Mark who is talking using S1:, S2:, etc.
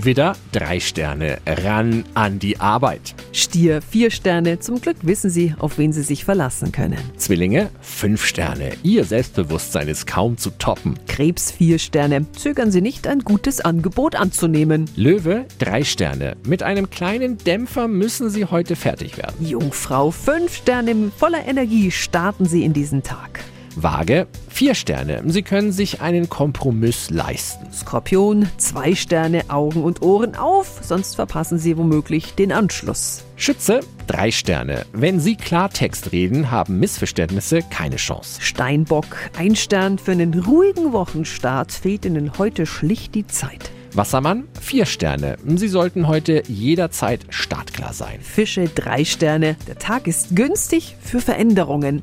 S1: Widder, drei Sterne, ran an die Arbeit.
S2: Stier, vier Sterne. Zum Glück wissen Sie, auf wen Sie sich verlassen können.
S1: Zwillinge, fünf Sterne, ihr Selbstbewusstsein ist kaum zu toppen.
S2: Krebs, vier Sterne. Zögern Sie nicht, ein gutes Angebot anzunehmen.
S1: Löwe, drei Sterne, mit einem kleinen Dämpfer müssen sie heute fertig werden.
S2: Jungfrau, fünf Sterne. Voller Energie starten Sie in diesen Tag.
S1: Waage, vier Sterne, sie können sich einen Kompromiss leisten.
S2: Skorpion, zwei Sterne. Augen und Ohren auf, sonst verpassen Sie womöglich den Anschluss.
S1: Schütze, drei Sterne, wenn sie Klartext reden, haben Missverständnisse keine Chance.
S2: Steinbock, ein Stern. Für einen ruhigen Wochenstart fehlt Ihnen heute schlicht die Zeit.
S1: Wassermann, vier Sterne, sie sollten heute jederzeit startklar sein.
S2: Fische, drei Sterne. Der Tag ist günstig für Veränderungen.